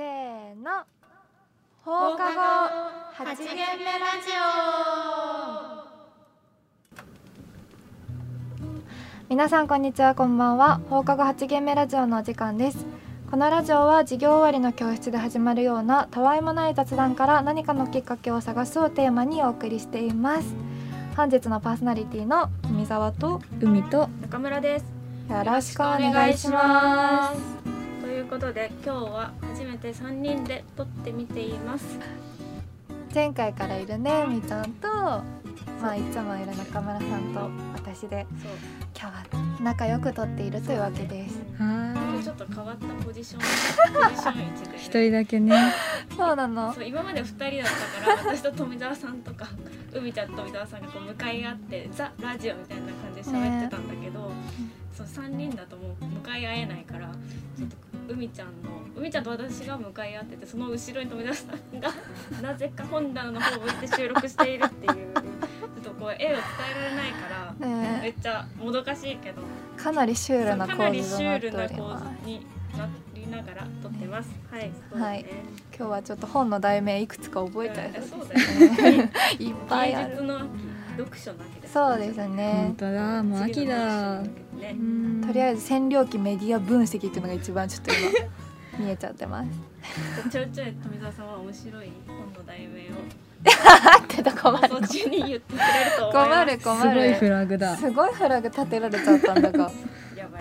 の放課後八限目ラジオ皆さんこんにちはこんばんは放課後8限目ラジオのお時間ですこのラジオは授業終わりの教室で始まるようなたわいもない雑談から何かのきっかけを探すをテーマにお送りしています本日のパーソナリティの君沢と海と中村ですよろしくお願いしますということで今日は初めて三人で撮ってみています前回からいるねみーちゃんとまあいつもいる中村さんと私でそう今日は仲良く撮っているというわけです今は日ちょっと変わったポジションポジション位置で一人だけねそうなのそう今まで二人だったから私と富澤さんとか海ちゃんと富澤さんがこう向かい合ってザ・ラジオみたいな感じで喋ってたんだけど、そう三人だともう向かい合えないからちょっと海ちゃんの海ちゃんと私が向かい合っててその後ろに富澤さんが なぜか本棚の方を向いて収録しているっていうちょっとこう絵を伝えられないからめねっちゃもどかしいけどえかなりシュールなかな構り図シとュなっーてルおなり構ます図になりながら撮ってます。はい、そうだはねい今日はちょっと本の題名いくつか覚えたやつそうだよね。 いっぱいあ芸術る。の秋、読書の秋です。そうですね本。当だもう秋だね。とりあずえず占領期メディア分析っていうのが一番ちょっと今見えちゃって ます。ちょいちょい富澤さんは面白い本の題 名をあってた困る放送中に言ってくれると思います。困るす困ごいフる。ラグだすごいフラグ立てられちゃったんだがやばいやばいやば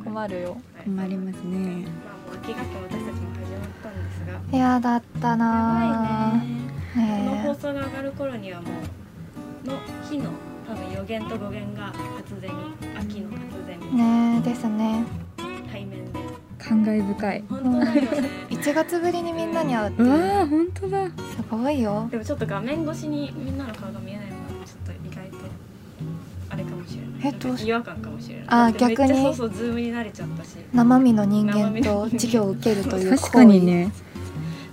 い。困る よ。はい困りますねまあもう秋学も私たちも始まったんですが。いやだったやばないね。ー。この放ね送が上がる頃にはもうの日の多分予言と語源が初ゼミ秋の初ゼえミねえですね。対面で感慨深い本当だよね。 1月ぶりにみんなに会うってういうわあ本当だすごいよ。でもちょっと画面越しにみんなの顔が見えないのはちょっと意外とあれかもしれないえどうし違和感かもしれないあーだってめっちゃ逆にそうそうズームに慣れちゃったし生身の人生間身のと人間授業を受けるという行為。確かに。ね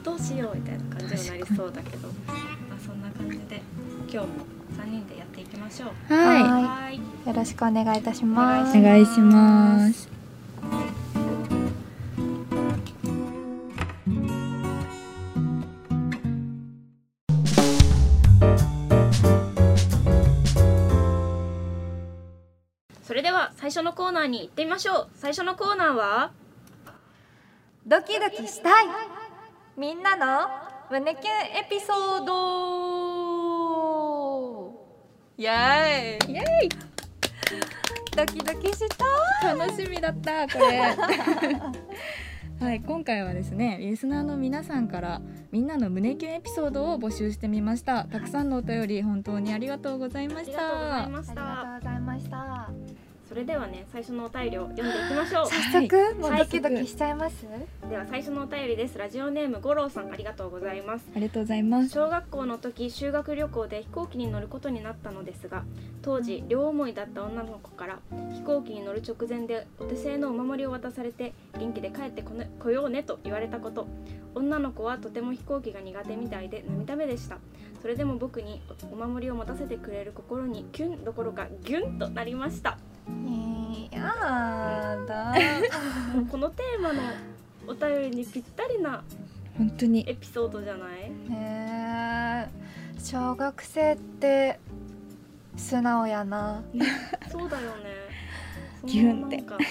どうしようみたいな感じになりそうだけど、まあ、そんな感じで今日も3人でやっていきましょうははいはーいよろしくお願いいたします。いお願いしますそれでは最初のコーナーに行ってみましょう最初のコーナーはドキドキしたいみんなの胸キュンエピソードイエーイイエイドキドキした楽しみだったこれ はい今回はですねリスナーの皆さんからみんなの胸キュンエピソードを募集してみましたたくさんのお便り本当にありがとうございまあしりがとうございたまうしたございましたそれではね最初のお便りを読んでいきましょう早速、もうド早速キドキしちゃいますでは最初のお便りですラジオネーム五郎さんありがとうございますありがとうございます小学校の時修学旅行で飛行機に乗ることになったのですが当時両思いだった女の子から飛行機に乗る直前でお手製のお守りを渡されて元気で帰ってこ,、ね、来ようねと言われたこと女の子はとても飛行機が苦手みたいで涙目でしたそれでも僕にお守りを持たせてくれる心にキュンどころかギュンとなりましたいやだもうこのテーマのお便りにぴったりな本当にエピソードじゃないねえ小学生って素直やなそうだよね ギュンってそのなんか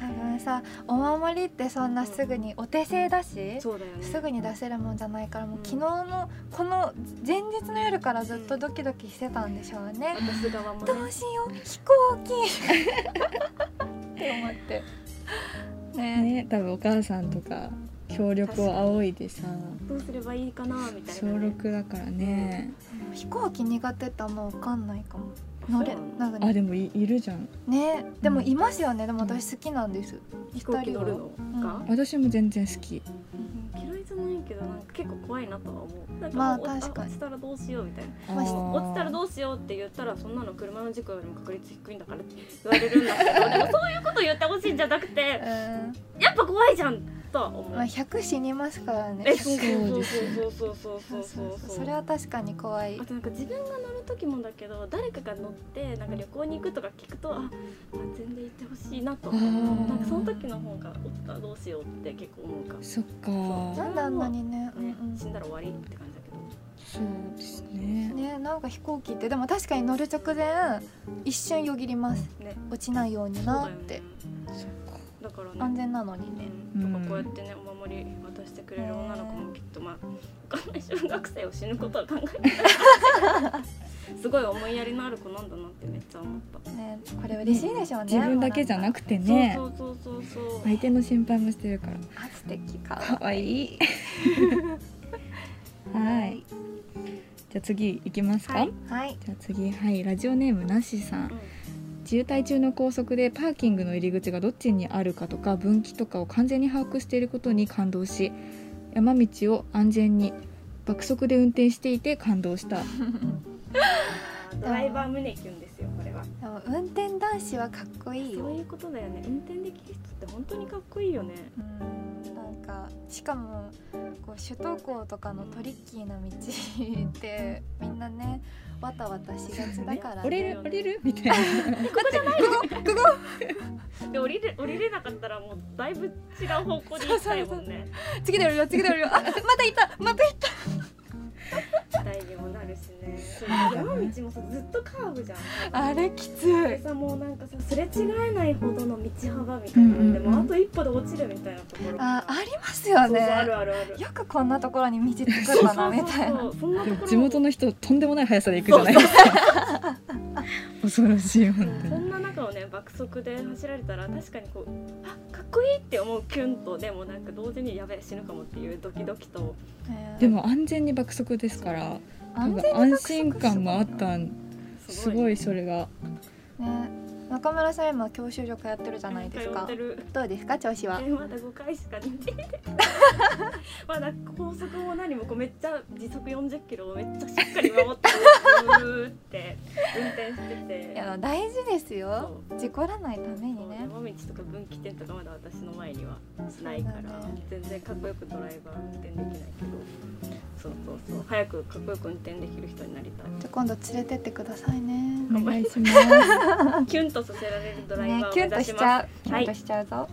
多分さお守りってそんなすぐにお手製だしそうだよねすぐに出せるもんじゃないからもううん昨日のこの前日の夜からずっとドキドキしてたんでしょうね、渡す側もねどうしよう飛行機って思ってねね多分お母さんとか協力を仰いでさどうすればいいかなみたい小なね、 6だからね飛行機苦手ってあんま分かんないかも乗れそうなのなんかあねでもいいるじゃんねでもいますよねでも私好きなんです飛行機乗るのが、私も全然好き嫌いじゃないけどなんか結構怖いなとは思うなんかまあもうお確かに落ちたらどうしようみたいなまあ落ちたらうどうしようって言ったらそんなの車の事故よりも確率低いんだからって言われるんだけどでもそういうこと言ってほしいんじゃなくてうんやっぱ怖いじゃんっとは思う、まあ、100死にますからねえそうそうそうそうそうそうそうそうそれは確かに怖いあとなんか自分が乗る時もだけど誰かが乗ってなんか旅行に行くとか聞くとああ全然行ってほしいなとうんなんかその時の方がおったどうしようって結構思うかそっそかなんであんなにねねうんうん死んだら終わりって感じだけどそうですねねなんか飛行機ってでも確かに乗る直前一瞬よぎりますね落ちないようになってそっかだからね安全なのにねうんとかこうやってねお守り渡してくれる女の子もきっとまあわかんない小学生を死ぬことは考えてないすごい思いやりのある子なんだなってめっちゃ思った、ねこれ嬉しいでしょうね自分だけじゃなてくてねそうそうそうそうそう、相手の心配もしてるからあ素敵かかわいいはいじゃあ次いきますか、はいはいじゃあ次はいラジオネームなしさん渋滞中の高速でパーキングの入り口がどっちにあるかとか分岐とかを完全に把握していることに感動し山道を安全に爆速で運転していて感動したうん、ドライバー胸キュンですよこれはでも運転男子はかっこいいそよういうことだよね運転できる人って本当にかっこいいよねうんなんかしかもこう首都高とかのトリッキーな道ってみんなねわたわたしがちだから、降りね、る降りるみたいなで降りれ降りれなかったらもうだいぶ違う方向に行きたいもんね次で降りるよ次で降りるよあまたいたまたい大にもなるしね山道もさずっとカーブじゃんたあれきつでいさもうなんかさすれ違えないほどの道幅みたいなのでうんうんうんもうあと一歩で落ちるみたいなところあありますよそうそうねあるあるあるよくこんなところに道作ったなみたいそなうそうそうそんなとでこもろ地元の人とんでもない速さで行くじゃないですか恐ろしい本当そにんな中をね爆速で走られたら確かにこうあかっこいいって思うキュンとでもなんか同時にやべえ死ぬかもっていうドキドキとねでも安全に爆速ですからなん安か全に爆安速心感もあっすごいたんすすごごいいそれがなね中村さん今教習所通ってるじゃないです通っかてるどうですか調子はえまだ5回しか寝て まだ高速も何もこうめっちゃ時速40キロをめっちゃしっかり守ってずーって運転してていや大事ですよそう事故らないためにね山道とか分岐点とかまだ私の前にはないから、そうだね全然かっこよくドライバー運転できないけどそうそうそう早くかっこよく運転できる人になりたいじゃあ今度連れてってくださいねお願いします。キュンとさせられるドライねバーをキ目ュンと指ししちまゃうキュンとしちゃうぞ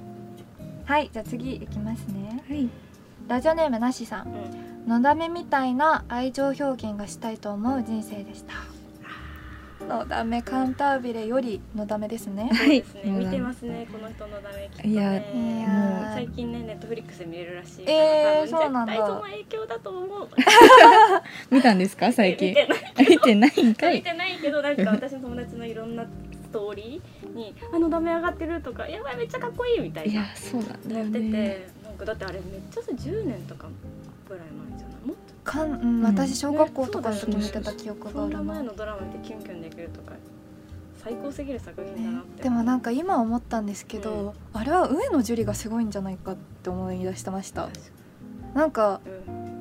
はいじゃあ次いきますねはい、ラジオネームなしさんす、うんのだめみたいな愛情表現がしたいと思う人生でしたのだめカンタービレよりのだめですねそうですね、はい見てますねこの人のためきっといやねいやー最近ねネットフリックスで見れるらしいえー多分そうなんだ絶対その影響だと思う見たんですか最近見？てない見てないんか見い。てないけど なんか私の友達のいろんなストーリーに「あのダメ上がってる」とか「やばいめっちゃかっこいい」みたいいやなそうなんだやよってて、ね。なんかだってあれめっちゃさ10年とかぐらい前じゃないもっとかん、うん、ん私小学校とかの時見てた記憶がそあんなる前なのドラマ見てキュンキュンできるとか最高すぎる作品だなってでもなんか今思ったんですけど、あれは上野樹里がすごいんじゃないかって思い出してました確かなんかにう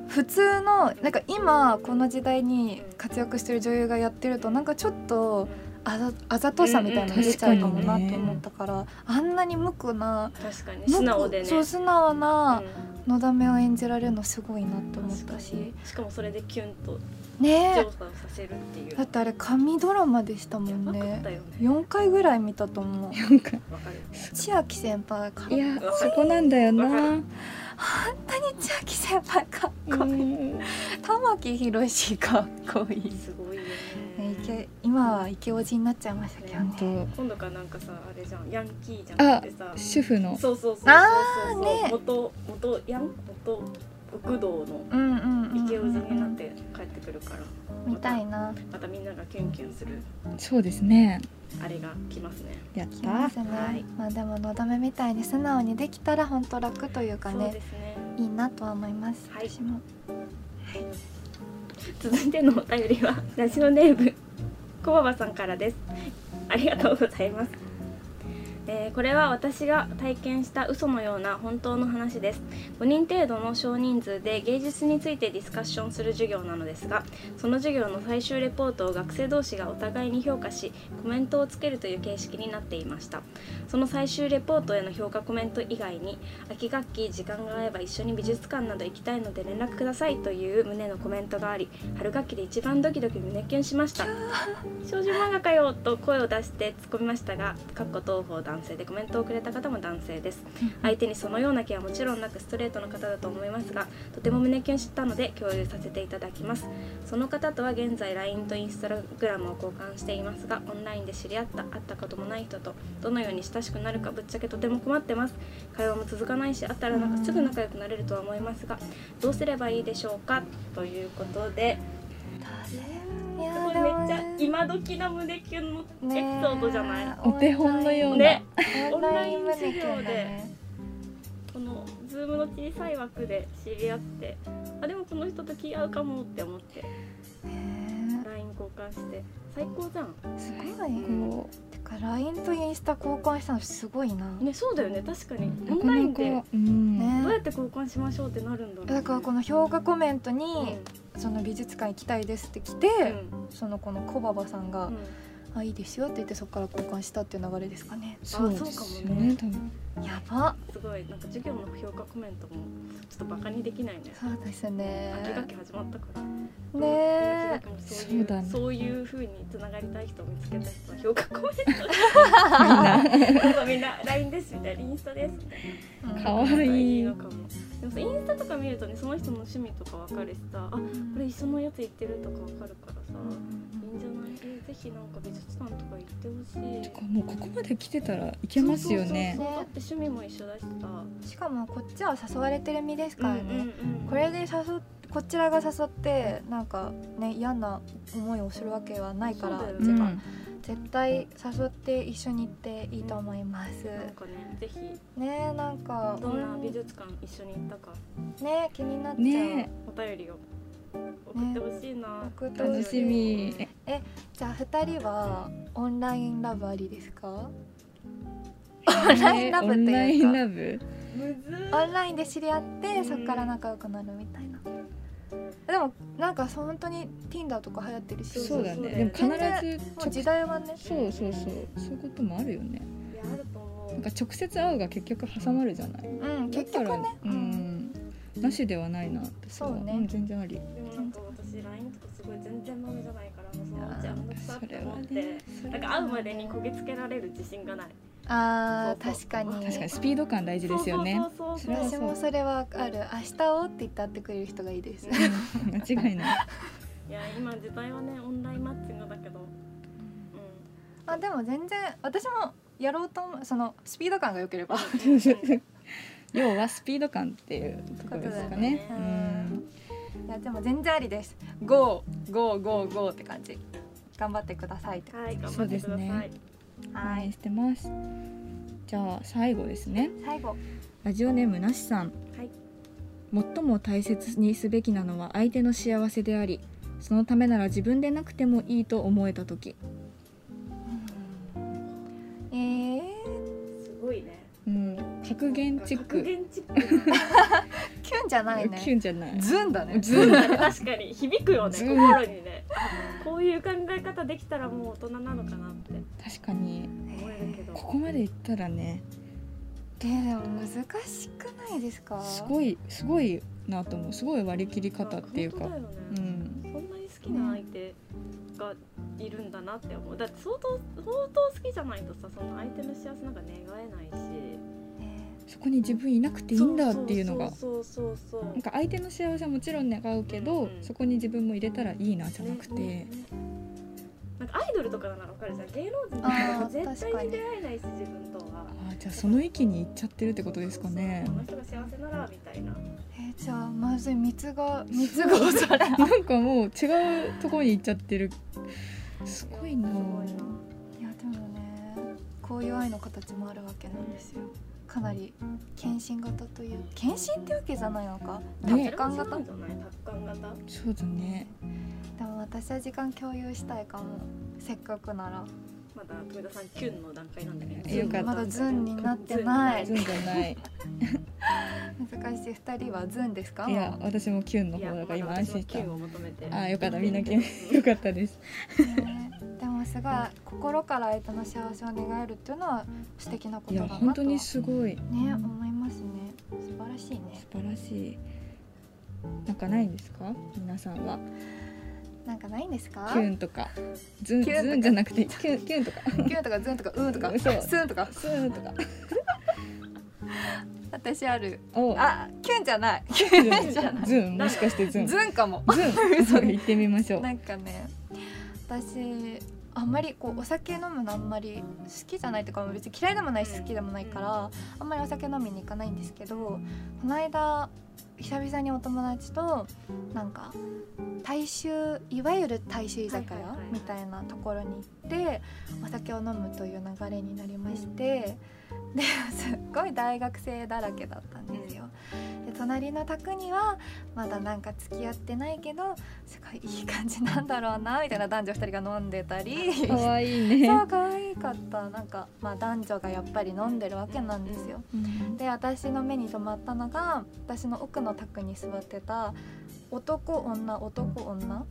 ん普通のなんか今この時代に活躍してる女優がやってるとなんかちょっとあざあざとさみたいなの出ちゃうかもなと思ったから、あんなに無垢な確かに無垢素直でねそう素直なうんのだめを演じられるのすごいなと思った確かしにしかもそれでキュンとね調査をさせるっていうだってあれ神ドラマでしたもやんばかったねよね4回ぐらい見たと思うなんかわかる千秋先輩かいやそこなんだよわかな。千秋先輩かっこいい、うん玉木宏かっこいい、すごいよね、イねケ今はイケおじになっちゃいましたけどね本今度からなんかさあれじゃんヤンキーじゃなくてさ当主婦のそうそうそうそうあそう、ね元元ヤン元極道のうんうんうんうん、イケオジになって帰ってくるからみたいなまたみんながキュンキュンするそうですね。あれが来ますねやっきまたす。ね、はいまあでものだめみたいに素直にできたら本当楽というかそうねですねいいなとは思います、はい私も続いてのお便りはラジオネームコババさんからですありがとうございますえーこれは私が体験した嘘のような本当の話です5人程度の少人数で芸術についてディスカッションする授業なのですがその授業の最終レポートを学生同士がお互いに評価しコメントをつけるという形式になっていましたその最終レポートへの評価コメント以外に秋学期時間が合えば一緒に美術館など行きたいので連絡くださいという旨のコメントがあり春学期で一番ドキドキ胸キュンしました少女漫画かよと声を出して突っ込みましたがかっこ東方男性でコメントをくれた方も男性です相手にそのような気はもちろんなくストレートの方だと思いますがとても胸キュンしたので共有させていただきますその方とは現在 LINE と Instagram を交換していますがオンラインで知り合った会ったこともない人とどのように親しくなるかぶっちゃけとても困ってます会話も続かないし会ったらなんかすぐ仲良くなれるとは思いますがどうすればいいでしょうかということでいやすごいでめもっちゃね今時の胸キュンのエピソードじゃない、ねお手本のようなねオンライン無理だねこの Zoom の小さい枠で知り合ってあでもこの人と気合うかもって思ってね LINE 交換して最高じゃんすごいこてか LINE とインスタ交換したのすごいな、ねそうだよね確かにうオンラインでなかなかうんねどうやって交換しましょうってなるんだろうねだからこの評価コメントうんに「その美術館行きたいです」って来て、うんそのこの小馬場さんが「うんあいいですよ」って言ってそこから交換したっていう流れですかねそうですそうかよもねね多分やばすごいなんか授業の評価コメントもちょっとバカにできないねそうです秋学ね期始まったからね秋え学期もそういうそうだねそういう風につながりたい人を見つけた人は評価コメント今度みんな LINE ですみたいなインスタですみたいなかわいいいのかもでもさインスタとか見るとねその人の趣味とかわかるしさあこれ一緒のやつ行ってるとかわかるからさいいんじゃないえぜひなんか美術館とか行ってほしいてかもうここまで来てたらいけますよねそうそうそうそうだって趣味も一緒だしさしかもこっちは誘われてる身ですからね、うんうんうんこれで誘っこちらが誘ってなんかね嫌な思いをするわけはないからそうだよね絶う対絶対誘って一緒に行っていいと思います、なんかねぜひねえなんかどんな美術館一緒に行ったかねえ気になっちゃう、ねお便りを送ってほしいな、ね送ってえ楽しみえじゃあ二人はオンラインラブありですかオオンラインラブってオンライいンうかラブむずーオンラインで知り合ってうんそこから仲良くなるみたいな、でもなんかそう本当に Tinder とか流行ってるしそうだねそでうもだ必よねずもう直時代はねそうそうそうそういうこともあるよねいやあると思なんうか直接会うが結局挟まるじゃないうん結局だからね、う、んなしではないな私はそうねん全然ありでもなんか私 LINE とかすごい全然マメじゃないからもうそのうちあんなくさっそてれは思って、ねそなれんか会うまでにこぎつけられる自信がないあーそうそ確かに確かにスピード感大事ですよねそうそうそうそう私もそれはある明日をって言って会ってくれる人がいいですう 間違いないいや今時代はねオンラインマッチングだけど、うあでも全然私もやろうと思うそのスピード感が良けれ ば要はスピード感っていうところですかねことだよねうんいやでも全然ありですゴーゴーゴーゴーって感じ頑張ってくださいってん、はい頑張そうっでてすください、ね応は援いしてますじゃあ最後ですね最後ラジオネームなしさん、はい最も大切にすべきなのは相手の幸せでありそのためなら自分でなくてもいいと思えた時、えー、すごいねうん、格言チッ格ク言チックキュンじゃないキュねンじゃないズンだねズン 確かに響くよねずー心にねこういう考え方できたらもう大人なのかなって確かに思えるけどここまでいったらねえー、でも難しくないですかすごいすごいなと思うすごい割り切り方っていうか本当だよねうんそんなに好きな相手がいるんだなって思うだって相当相当好きじゃないとさその相手の幸せなんか願えないしえそこに自分いなくていいんだっていうのがそうそうそうそうなんか相手の幸せはもちろん願うけど、うんうんそこに自分も入れたらいいなじゃなくて、ねねなんかアイドルとかならわかるじゃん芸能人とあかー絶確か対にに出会えないし自分とはあーじゃあその域に行っちゃってるってことですかねそうそうこの人が幸せならみたいなーじゃあまずい蜜が蜜が恐 れなんかもう違うところに行っちゃってるすごいなすごいないやでもねこういう愛の形もあるわけなんですよかなり献身型という献身ってわけじゃないのかね時間型それも違うんじゃない達観型そうだねでも私は時間共有したいかもせっかくならまだ富田さんキュンの段階なんだねえよかったまだズンになってないズンじゃない。難しい二人はズンですかいや、私もキュンのい方やまだだから今安私も心しキたュン。を求めてあー、よかった。みんなキュン。うよかったです。ねでもすごい心から相手の幸せを願えるっていうのは素敵なこいとだや、な本と当はねにすごい。思いますね素晴らしいね素晴らしい。なんかないんですか？皆さんはなんかないんですかキュンとかズンキュンとかズンじゃなくてキュンキュンとかキュンとかズンとかうーとかそうスンとかスーとか。私あるお、あキュンじゃないキズュンじゃなンズンもしかしてズンいズンかもズン行ってみ ましょう。なんかね私あんまりこうお酒飲むのあんまり好きじゃないとか別に嫌いでもないし好きでもないからあんまりお酒飲みに行かないんですけどこの間久々にお友達となんか大衆いわゆる大衆居酒はいは屋いはいはいみたいなところに行ってお酒を飲むという流れになりましてですっごい大学生だらけだったんですよ。で隣の卓にはまだなんか付き合ってないけどすごいいい感じなんだろうなみたいな男女2人が飲んでたり可愛いそね。う可愛かったなんか、まあ、男女がやっぱり飲んでるわけなんですようんで私の目に留まったのが私の奥の卓に座ってた男女男女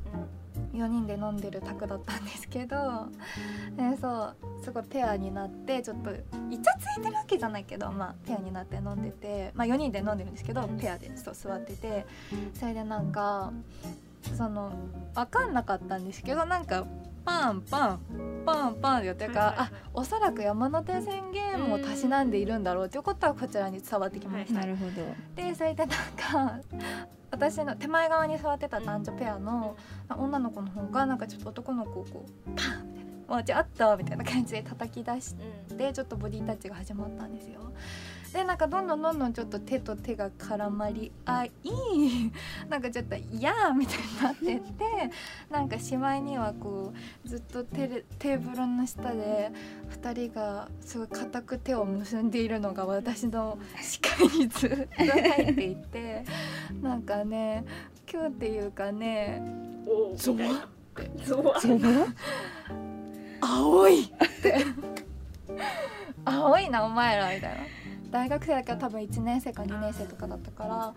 4人で飲んでる卓だったんですけど、ね、そうすごいペアになってちょっとイチャついてるわけじゃないけど、まあ、ペアになって飲んでて、まあ、4人で飲んでるんですけどペアでそう座っててそれでなんかその分かんなかったんですけどなんかパンパンパンパンってやってるから、はいはいはいあおそらく山手線ゲームをたしなんでいるんだろうということはこちらに伝わってきました。なるほど。でそれでなんか私の手前側に座ってた男女ペアの女の子の方がなんかちょっと男の子をこうパンみたいな「もうちょっと」みたいな感じで叩き出しうんてちょっとボディタッチが始まったんですよ。でなんかどんどんどんどんちょっと手と手が絡まり合い なんかちょっと「嫌」みたいになってってなんかしまいにはこうずっとテレテーブルの下で2人がすごい固く手を結んでいるのが私の視界にずっと入っていてなんかね今日っていうかねおおゾワみたいなゾワそう。青いって青いなお前らみたいな大学生だから多分1年生か2年生とかだったから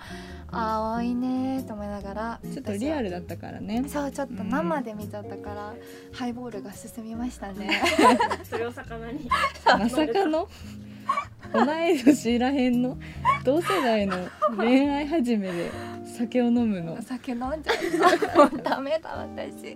青いねーと思いながらちょっとリアルルだったからね。そうちょっとうん生で見ちゃったから、ハイボールが進みましたね それを魚にまさかの同い年らへんの同世代の恋愛始めで酒を飲むのお酒飲んじゃったもうダメだ私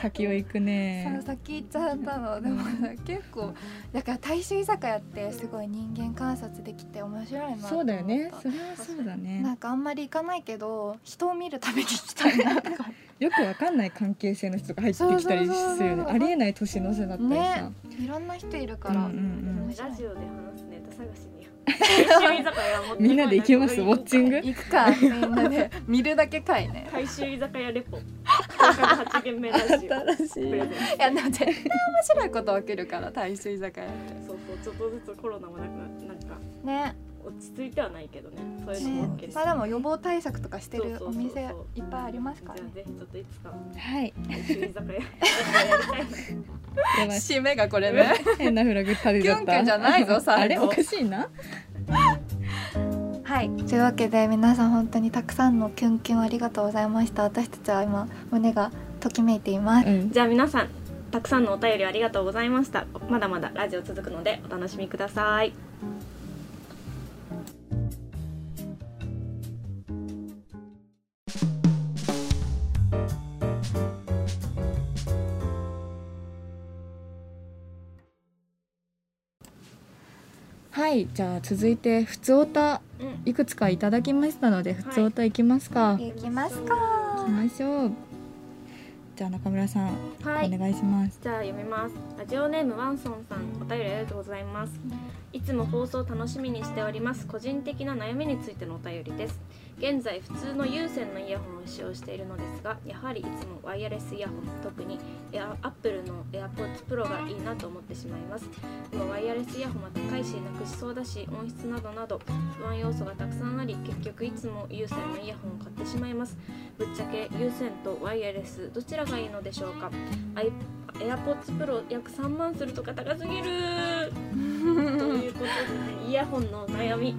先を行くさね先行っちゃったのでもさ結構だから大衆居酒屋ってすごい人間観察できて面白いなと思ったそうだよねそれはそうだなねんかあんまり行かないけど人を見るために来たいなと かよくわかんない関係性の人が入ってきたりそうそうそうすそうるよねありえない年の瀬だったりさ、いろんな人いるから、うんうん面白いラジオで話すネタ探し に大衆居酒屋持ってこいみんなで行きますウォッチング行くかみんなで 見るだけかいね大衆居酒屋レポ放課後8軒目ラ ジオ新しプレゼントいやでも絶対面白いこと起きるから大衆居酒屋ってそうそうちょっとずつコロナもなくななんかね落ち着いてはないけどねそういうのもねまあでも予防対策とかしてるお店いそうそうそうっぱいありますからじゃあねぜひちょっといつかはい大衆居酒屋やりたいなやばい締めがこれね変なフラグ立てちゃ キュったンキュンじゃないぞ最後あれおかしいなはい、というわけで皆さん本当にたくさんのキュンキュンありがとうございました私たちは今胸がときめいています、うんじゃあ皆さんたくさんのお便りありがとうございましたまだまだラジオ続くのでお楽しみくださいはいじゃあ続いてふつおたうんいくつかいただきましたのでふつおたいきますか、行きますか行きましょうじゃあ中村さん、はいお願いしますじゃあ読みますラジオネームワンソンさんお便りありがとうございますいつも放送を楽しみにしております個人的な悩みについてのお便りです現在普通の有線のイヤホンを使用しているのですがやはりいつもワイヤレスイヤホン特にエアアップルの AirPods Pro がいいなと思ってしまいますでもワイヤレスイヤホンは高いしなくしそうだし音質などなど不安要素がたくさんあり結局いつも有線のイヤホンを買ってしまいますぶっちゃけ有線とワイヤレスどちらがいいのでしょうか i- AirPods Pro 約3万するとか高すぎるということでねイヤホンの悩み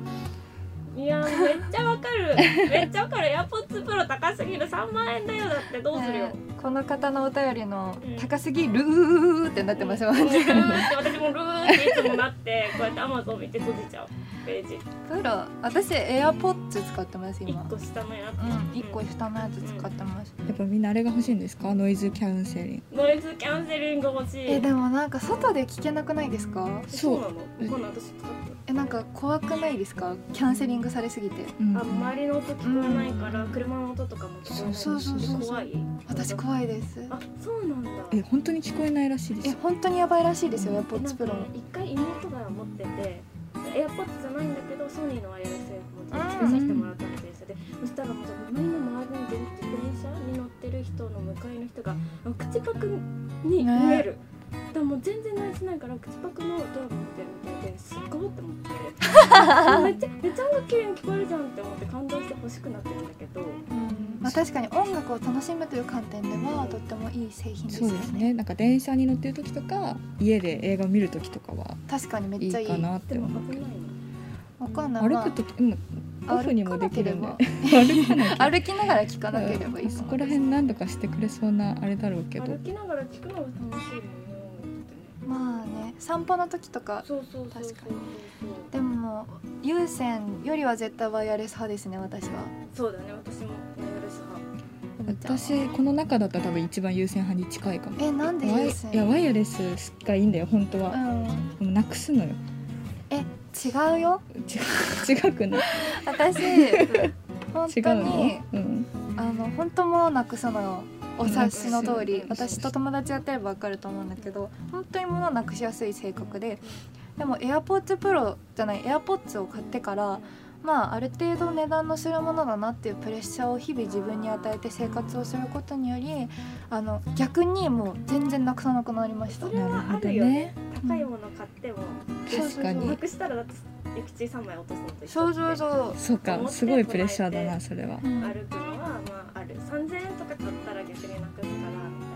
いやーめっちゃわかるめっちゃわかる AirPods Pro 高すぎる3万円だよだってどうするよ、ねこの方のお便りのうん高すぎるーってなってますもんね。ルーって私もルーっていつもなってこうやって Amazon 見て閉じちゃうページプロ、私エアポッツ使ってます今。 1個下のやうん、つ一個下のやつ使ってます。やっぱみんなあれが欲しいんですかノイズキャンセリンノイズキャンセリング欲しいえ、でもなんか外で聞けなくないですか？そうなのうん今度私使ってえ、なんか怖くないですか？キャンセリングされすぎて。グ、うんあ周りの音聞こえないから、車の音とかも聞こえないしそうそうそうそう怖い私怖いです。あそうなんだえ本当に聞こえないらしいですえ、よ本当にやばいらしいですよエアポッなツんプかロ。ね一回妹が持っててエアポッツじゃないんだけどソニーのワイヤレスイヤうホんンつけさせてもらったんですよでそしたらもう周りの周りに電車に乗ってる人の向かいの人があの口パクに見える、だからもう全然内しないから口パクのドアが持ってるみたいですごいって思って めっちゃめっちゃ音楽綺麗に聞こえるじゃんって思って感動して欲しくなってるんだけどうんまあ確かに音楽を楽しむという観点ではとってもいい製品ですそようですね。ねなんか電車に乗ってる時とか家で映画見る時とかは確かにめいっいちゃいい。かなっでても思う危ないのわかんない。歩く時うんまあオフにもできるんで歩かな 歩かければない歩きながら聞かなければいいかそもこら辺何とかしてくれそうなあれだろうけど歩きながら聞くのが楽しいもんね音楽ってねまあね散歩の時とかそうそうそうそうそう確かでも有線よりは絶対ワイヤレス派ですね私はそうだね私もワイヤレス派私この中だったら多分一番優先派に近いかもえなんでワイ有いや線ワイヤレスがいいんだよ本当うは、んもうなくすのよ違うよ違う違くない 私本違う当にの、うん、あの本当もうなくすのよお察しの通りうん私と友達やってれば分かると思うんだけど本当に物をなくしやすい性格ででも AirPods Pro じゃない AirPods を買ってからまあある程度値段のするものだなっていうプレッシャーを日々自分に与えて生活をすることによりあの逆にもう全然なくさなくなりましたそれはあるよね高いもの買っても確かなにくしたらだって駅地3枚落とすのと一そ緒うそうそうそうかすごいプレッシャーだなそれはうん歩くのはまあある3000円とか買ったら逆になくすから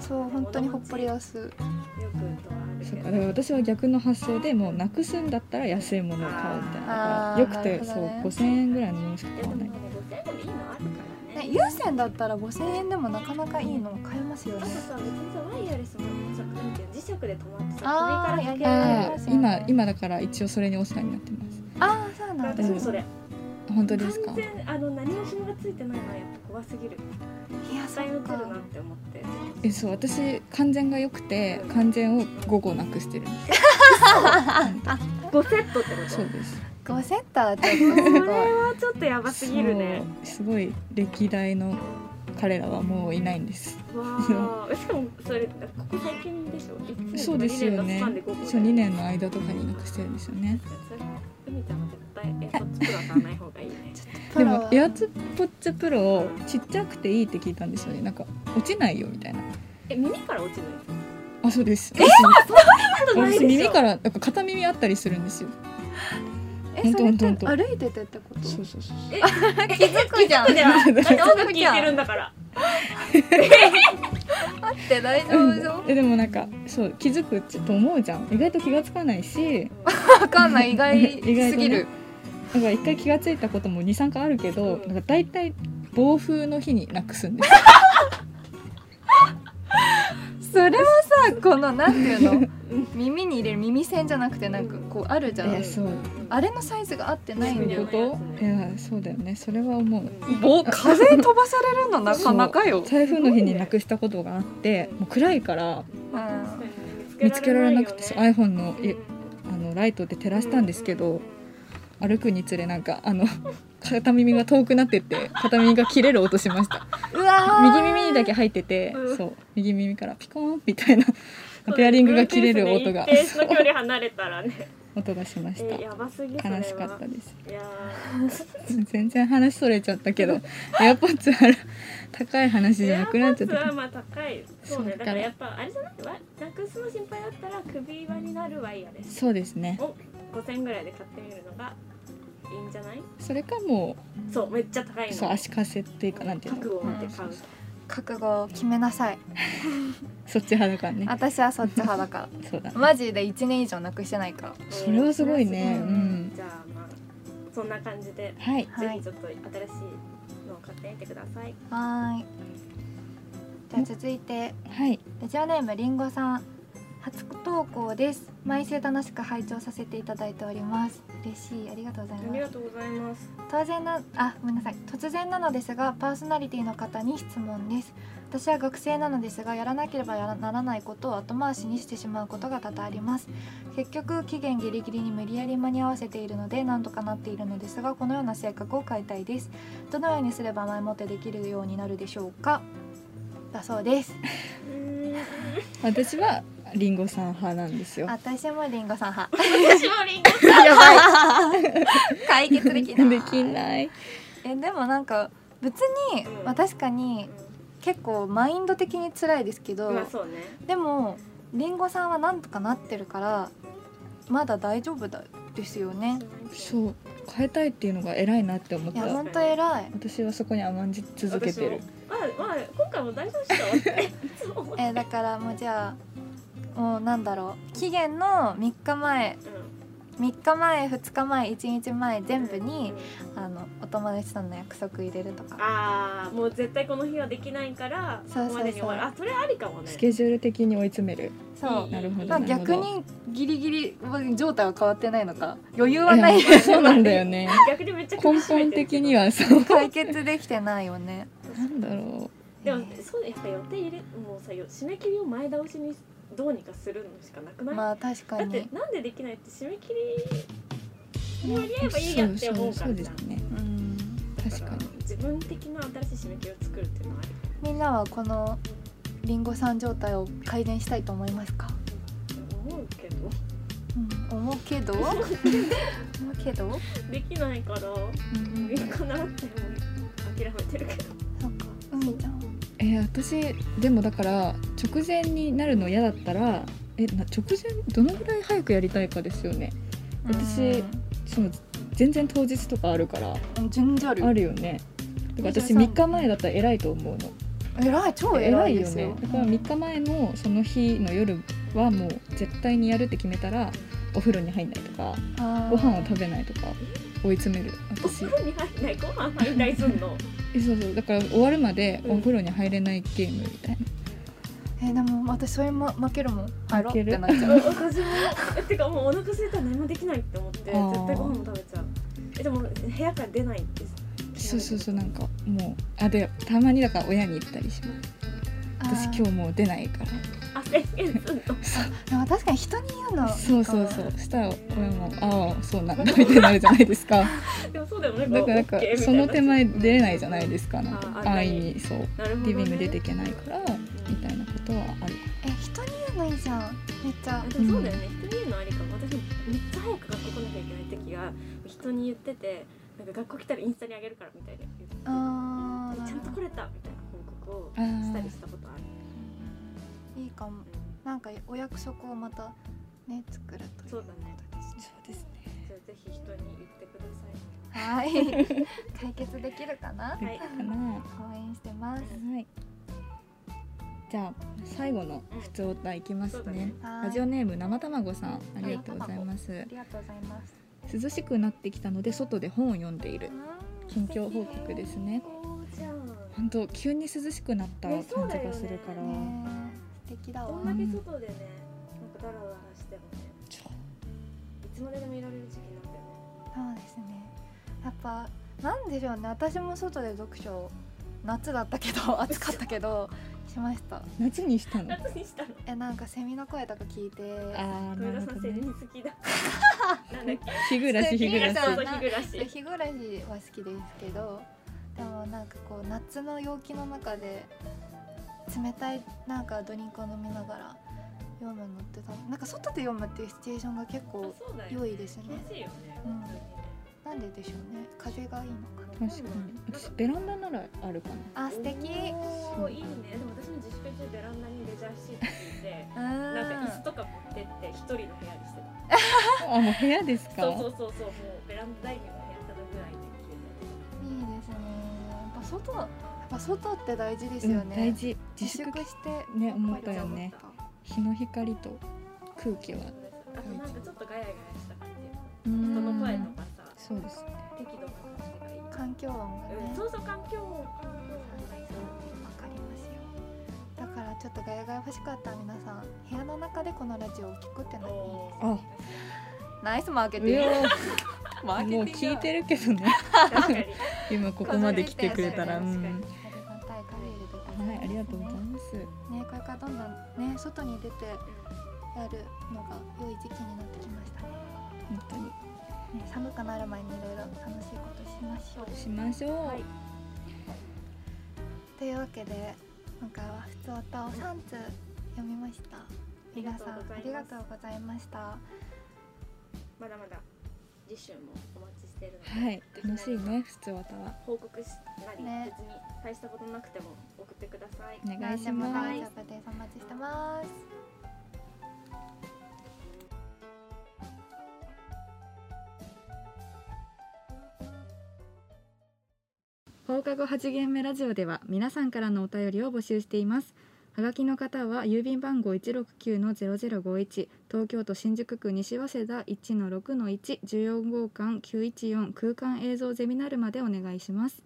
そう本当にほっぽりよ出すくとはあるそうけどかだから私は逆の発想でもうなくすんだったら安いものを買おうみたいなだかあらーよくなて、るほどそうね5000円ぐらいのものしかい買やでわもなね5000円でもいいいのあるかねらね有線だったら5000円でもなかなかいいの買えますよあとねさ別にさワイヤレスもさなんていうの磁石で止まってあーさ首からかけられるあありますあよね今今だから一応それにお世話になってますああそうなんだ私もそれ本当ですか完全あの何も紐がついてないのはやっぱ怖すぎるいや絶そ対う落ちかるなって思ってえそう私完全が良くて完全を5個なくしてるんです5セットってこそうとです5セットはちょっとそすれごいはちょっとやばすぎるねそうすごい歴代の彼らはもういないんですわあしかもそれここ最近でしょいつそうですよ2年のスねパンで5個そう2年の間とかになくしてるんですよね海ちゃんは絶対エアポッツプロは買わない方がいいねプでロもはエアツポッチャプロをちっちゃくていいって聞いたんですよねなんか落ちないよみたいなえ耳から落ちないあそうですことないでし私ょ耳からなんか片耳あったりするんですよえほんそとれほっんとてほんと歩いててってことそうそうそうえ気づくじゃんじ ゃあだって音楽聴いじゃんてるんだからあって大丈夫うそんえでもなんかそう気づくと思うじゃん意外と気がつかないしうわかんない意外意外すとぎねる、なんか一回気がついたことも23回あるけど、うんなんか大体暴風の日になくすんですそれはさこのなんていうの耳に入れる耳栓じゃなくてなんかこうあるじゃんえそうあれのサイズが合ってないそうみたいいうなこといやそうだよねそれは思う棒風に飛ばされるのなかなかよ台風の日になくしたことがあってもう暗いから見つけられなくて、そう iPhone のえあのライトで照らしたんですけど歩くにつれなんかあの片耳が遠くなってって片耳が切れる音しましたうわー右耳にだけ入ってて、うんそう右耳からピコーンみたいなペアリングが切れる音が 一定の距離離れたらねそう音がしましたえやばすぎそれは悲しかったですいや全然話それちゃったけどエアポッツあら高い話ーじゃなくなっちゃっエアポッツはたまあ高いそうねそうかだからやっぱあれじゃないわなくすの心配だったら首輪になるワイヤレスそうですねを5000ぐらいで買ってみるのがいいんじゃないそれかもそうめっちゃ高いうのそう足かせっていうかなんていう覚の悟を持って買う覚悟を決めなさいそっち派だからね私はそっち派だかそう だらマジで1年以上なくしてないからそれはすごいねうんうんじゃあまあそんな感じで、はいはいぜひちょっと新しいのを買ってみてくださいはーいじゃあ続いてはいラジオネームりんごさん初投稿です毎週楽しく拝聴させていただいております嬉しいありがとうございありまがすとうございます当然なあごめんなさい突然なのですがパーソナリティの方に質問です私は学生なのですがやらなければやらならないことを後回しにしてしまうことが多々あります結局期限ギリギリに無理やり間に合わせているので何とかなっているのですがこのような性格を変えたいですどのようにすれば前もってできるようになるでしょうかだそう ですうーん私はリンゴさん派なんですよ私もりんごさん 派私もリンゴやばい解決できないできないえでもなんか別に、うんまあ、確かに結構マインド的に辛いですけど、まあそうねでもりんごさんはなんとかなってるからまだ大丈夫だですよねうそう変えたいっていうのが偉いなって思っいやたほんと偉い私はそこに甘んじ続けてる私もまあまあ今回も大丈夫っしょっていつも思ってえだからもうじゃあもうなんだろう期限の3日前3日前2日前1日前うん全部にうんあのお友達との約束入れるとかああもう絶対この日はできないからそうそうそうここまでに終わるあそれありかもねスケジュール的に追い詰めるそういいなるほどまあ、なるほ逆どにギリギリ状態は変わってないのか余裕はない うんそうなんだ よね逆にめっちゃ根苦しめ本てるけ的どに はそう解決できてないよねなんだろでもそうやっぱ予定入れもうさよ締め切りを前倒しにどうにかするのしかなくない、まあ確かだってに、なんでできないって締め切うりやり合えばいいやって思うかそらうじでゃすんねうん、確かに自分的な新しい締め切りを作るっていうのはありみんなはこのりんごさん状態を改善したいと思いますか、と思うけどうん、思うけ ど思うけど、できないからうんいいかなって諦めてるけどそうか海ちゃんえー私でもだから直前になるの嫌だったらえな直前どのぐらい早くやりたいかですよね私その全然当日とかあるからうん順序あるあるよねだから私23 3日前だったら偉いと思うの偉い超偉偉いいでよすよねだから3日前のその日の夜はもう絶対にやるって決めたらお風呂に入んないとかご飯を食べないとか追い詰めるお私風呂に入んないご飯入んないすんのえそうそうだから終わるまでうんお風呂に入れないゲームみたいべえでも私それも負けるもん入ろうっ負けるてなっちゃう私もえてかもうお腹空いたら何もできないって思って絶あー対ご飯も食べちゃうえでも部屋から出ないってなそうそうそうなんかもうあでたまにだから親に行ったりします私今日もう出ないからあ宣言すんのでも確かに人に言うのそうそうそうしたら親も「ああそうなんだ」みたいになるじゃ ないですかでもそうだよね。だからなんかその手前出れないじゃないですかなんあかー安易にそうなるほど、ね。リビング出ていけないからみたいなことはあるえ人に言うのいいじゃんめっちゃあでもそうだよね。人に言うのありかも。私もめっちゃ早く学校来なきゃいけない時が人に言ってて、なんか学校来たらインスタにあげるからみたいな言って。あーちゃんと来れたみたいな報告をあーしたりしたことある。いいかもなんかお約束をまたね作るというそうだねそうですねじゃあぜひ人に言ってくだはさい。い解決できるかなはいかな応援してますはいじゃあ最後の普通歌いきますそうだねねはいラジオネーム生卵さんありがとうございますありがとうございます涼しくなってきたので外で本を読んでいる近況報告ですすねこうじゃん。本当急に涼しくなった感ねじそうだよねがするから、ね素敵だどわんだけ外でね、なんかダラダラしてもね、ちょいつまででもいられる時期なんだよね。そうですねやっぱなんでしょうね私も外で読書を夏だったけど暑かったけどしました夏にしたの夏にしたの。えなんかセミの声とか聞いてあー上な田るさほんどセミね好きだ。なんだっけ。日暮らし日暮らしそうそう日暮らし。日暮らしは好きですけどでもなんかこう夏の陽気の中で冷たいなんかドリンクを飲みながら読むのって多分なんか外で読むっていうシチュエーションが結構そうだよ、ね、良いですね気持ちいいよね、うん本当にねなんででしょうね風がいいのかな確かに私ベランダならあるかなあ素敵おーいいねでも私も自粛中ベランダにレジャーシート敷いてなんか椅子とか持ってって一人の部屋にしてたあもう部屋ですかそうそうそうそうもうベランダダイニングの部屋ただぐらいで消いいですねやっぱ外やっぱ外って大事ですうよね、ん大事自自粛粛してね思ったよねわかる日の光と空気はえてたあとなんかちょっとガヤガヤした感じ人人の声とかさそうですね適度な感じがいい、環境音がね、うん、わそうそう環境音がいいかりますよだからちょっとガヤガヤ欲しかったら皆さん部屋の中でこのラジオを聞くってのなもいいおあーナイスマーケテいィング やマーケティングもう聞いてるけどね確かに今ここまで来てくれたら、う確ん、かにあはりがたい限りでございます、いありがとうございますねこれからどんどんね外に出てやるのが良い時期になってきましたね本当にね寒くなる前にいろいろ楽しいことしましょうしましょう、はいというわけで今回は「ふつおた」を3通読みましたりが皆とうさんありごがざいますとうございましたまだまだ次週もお待ちしてるので、はい、楽しいね普通たは報告しなり、ね別に大したことなくても送ってくださいお願いし何まですも大丈夫ですお待ちしてます放課後8限目ラジオでは皆さんからのお便りを募集していますはがきの方は郵便番号169-0051東京都新宿区西早稲田1-6-1 14号館914空間映像ゼミナルまでお願いします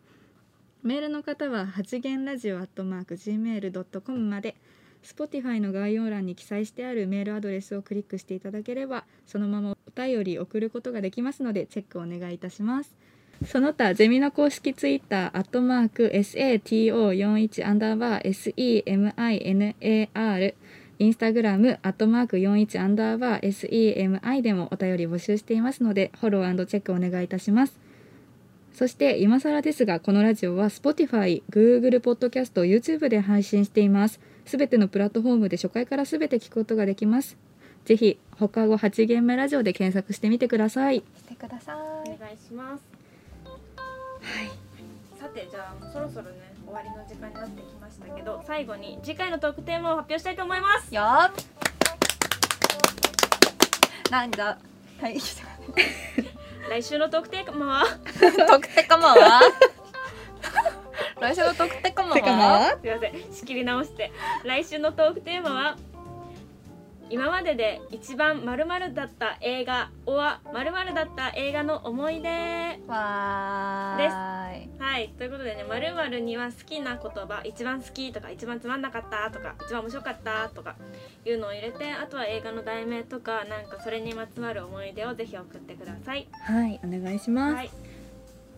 メールの方は8限ラジオアットマーク gmail.com まで Spotify の概要欄に記載してあるメールアドレスをクリックしていただければそのままお便り送ることができますのでチェックお願いいたしますその他ゼミの公式ツイッターアットマーク SATO41 アンダーバー SEMINAR インスタグラムアットマーク41アンダーバー SEMI でもお便り募集していますのでフォローチェックお願いいたしますそして今更ですがこのラジオは Spotify、Google ポッドキャスト、YouTube で配信していますすべてのプラットフォームで初回からすべて聞くことができますぜひ放課後8限目ラジオで検索してみてくださいしてくださおい願いしますはいさてじゃあそろそろね終わりの時間になってきましたけど最後に次回のトークテーマを発表したいと思いますよーっなんだはい来週のトークテーマは特テカマは来週の特テカマてかはますいません仕切り直して来週のトークテーマは今までで一番まるだった映画 or まるだった映画の思い出わーいはいということでね「まるには好きな言葉一番好き」とか「一番つまんなかった」とか「一番面白かった」とかいうのを入れてあとは映画の題名とかなんかそれにまつわる思い出をぜひ送ってくださいはい、お願いします。はい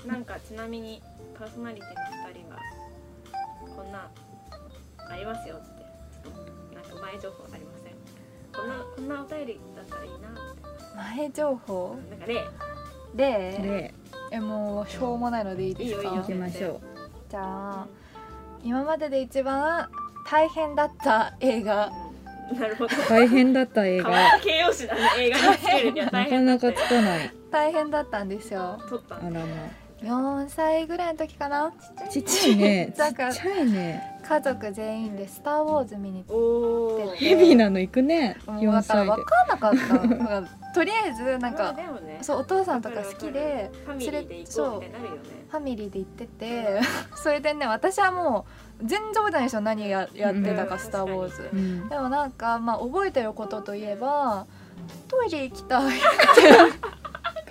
なんかちなみにパーソナリティの2人がこんなありますよってちょっとなんか前情報ありませんこんなこんなお便りだったらいいなみたい前情報ななんかねでで、えもうしょうもないのでいいですかいいよいいよ行きましょじゃあ今までで一番大変だった映画うんなるほどう。大変だった映変画。わ形容詞だね映画につけるには大なか変だなってかつかない。大変だったんですよ撮ったあんらだま4歳ぐらいの時かなあ。ちっちゃいね。ちなっんちかゃいね。家族全員で「スター・ウォーズ」見に行っおーてヘビーなの行くね。もう四だから歳で分。かんなかったなんかとりあえずなんまあかでもねそうお父さんとか好きでファミリーで行こうみたいになるよねファミリーで行ってて それでね私はもう全然覚えてないでしょ何ややってたうか「んスター・ウォーズ」うん。でもなんか、まあ、覚えてることといえばトイレ行きたい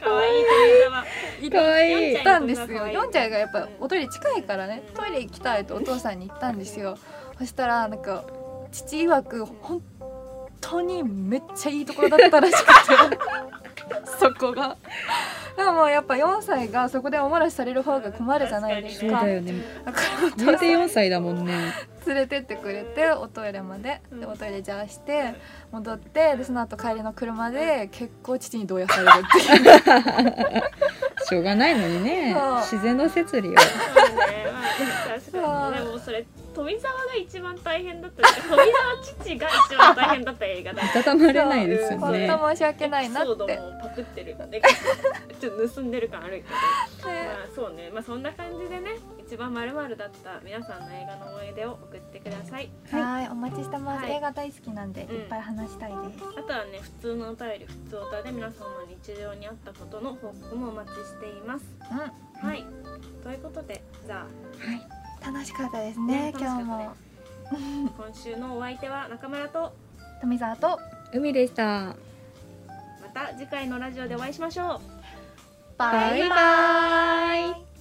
可愛い映画はかわいい行っ。たんですよ。ヨンちゃんがやっぱうんおトイレ近いからね、うんトイレ行きたいとお父さんに言ったんですよ。そしたらなんか父曰く本当にめっちゃいいところだったらし くて、そこが。でももうやっぱ4歳が そこでお漏らしされる方が困るじゃないですそうか。だよね。だからお父それさで四歳だもんね。ん連れてってくれておトイレまでうんでおトイレじゃあして戻ってでその後帰りの車で結構父に動揺されるっていう。しょうがないのにねそう。自然の摂理を。そうねまあ確うわかにーでもそれ富澤が一番大変だったし富澤父が一番大変だった映画だいたたまれないですよ本ね。当申し訳ないなエピソーっドて。もパクってるでちょっと盗んでる感あるけどねまあそうねまあそんな感じでね一番まるまるだった皆さんの映画の思い出を送ってくださいはい、お待ちしてます。はい映画大好きなんで、うんいっぱい話したいです。あとはね普通のお便り普通お便りで皆さんの日常にあったことの報告もお待ちしていますうはいということでじゃん、楽しかったですね。ね楽し今かった日ねもあ今週のお相手は中村と富澤と海でした。また次回のラジオでお会いしましょうバイバイ。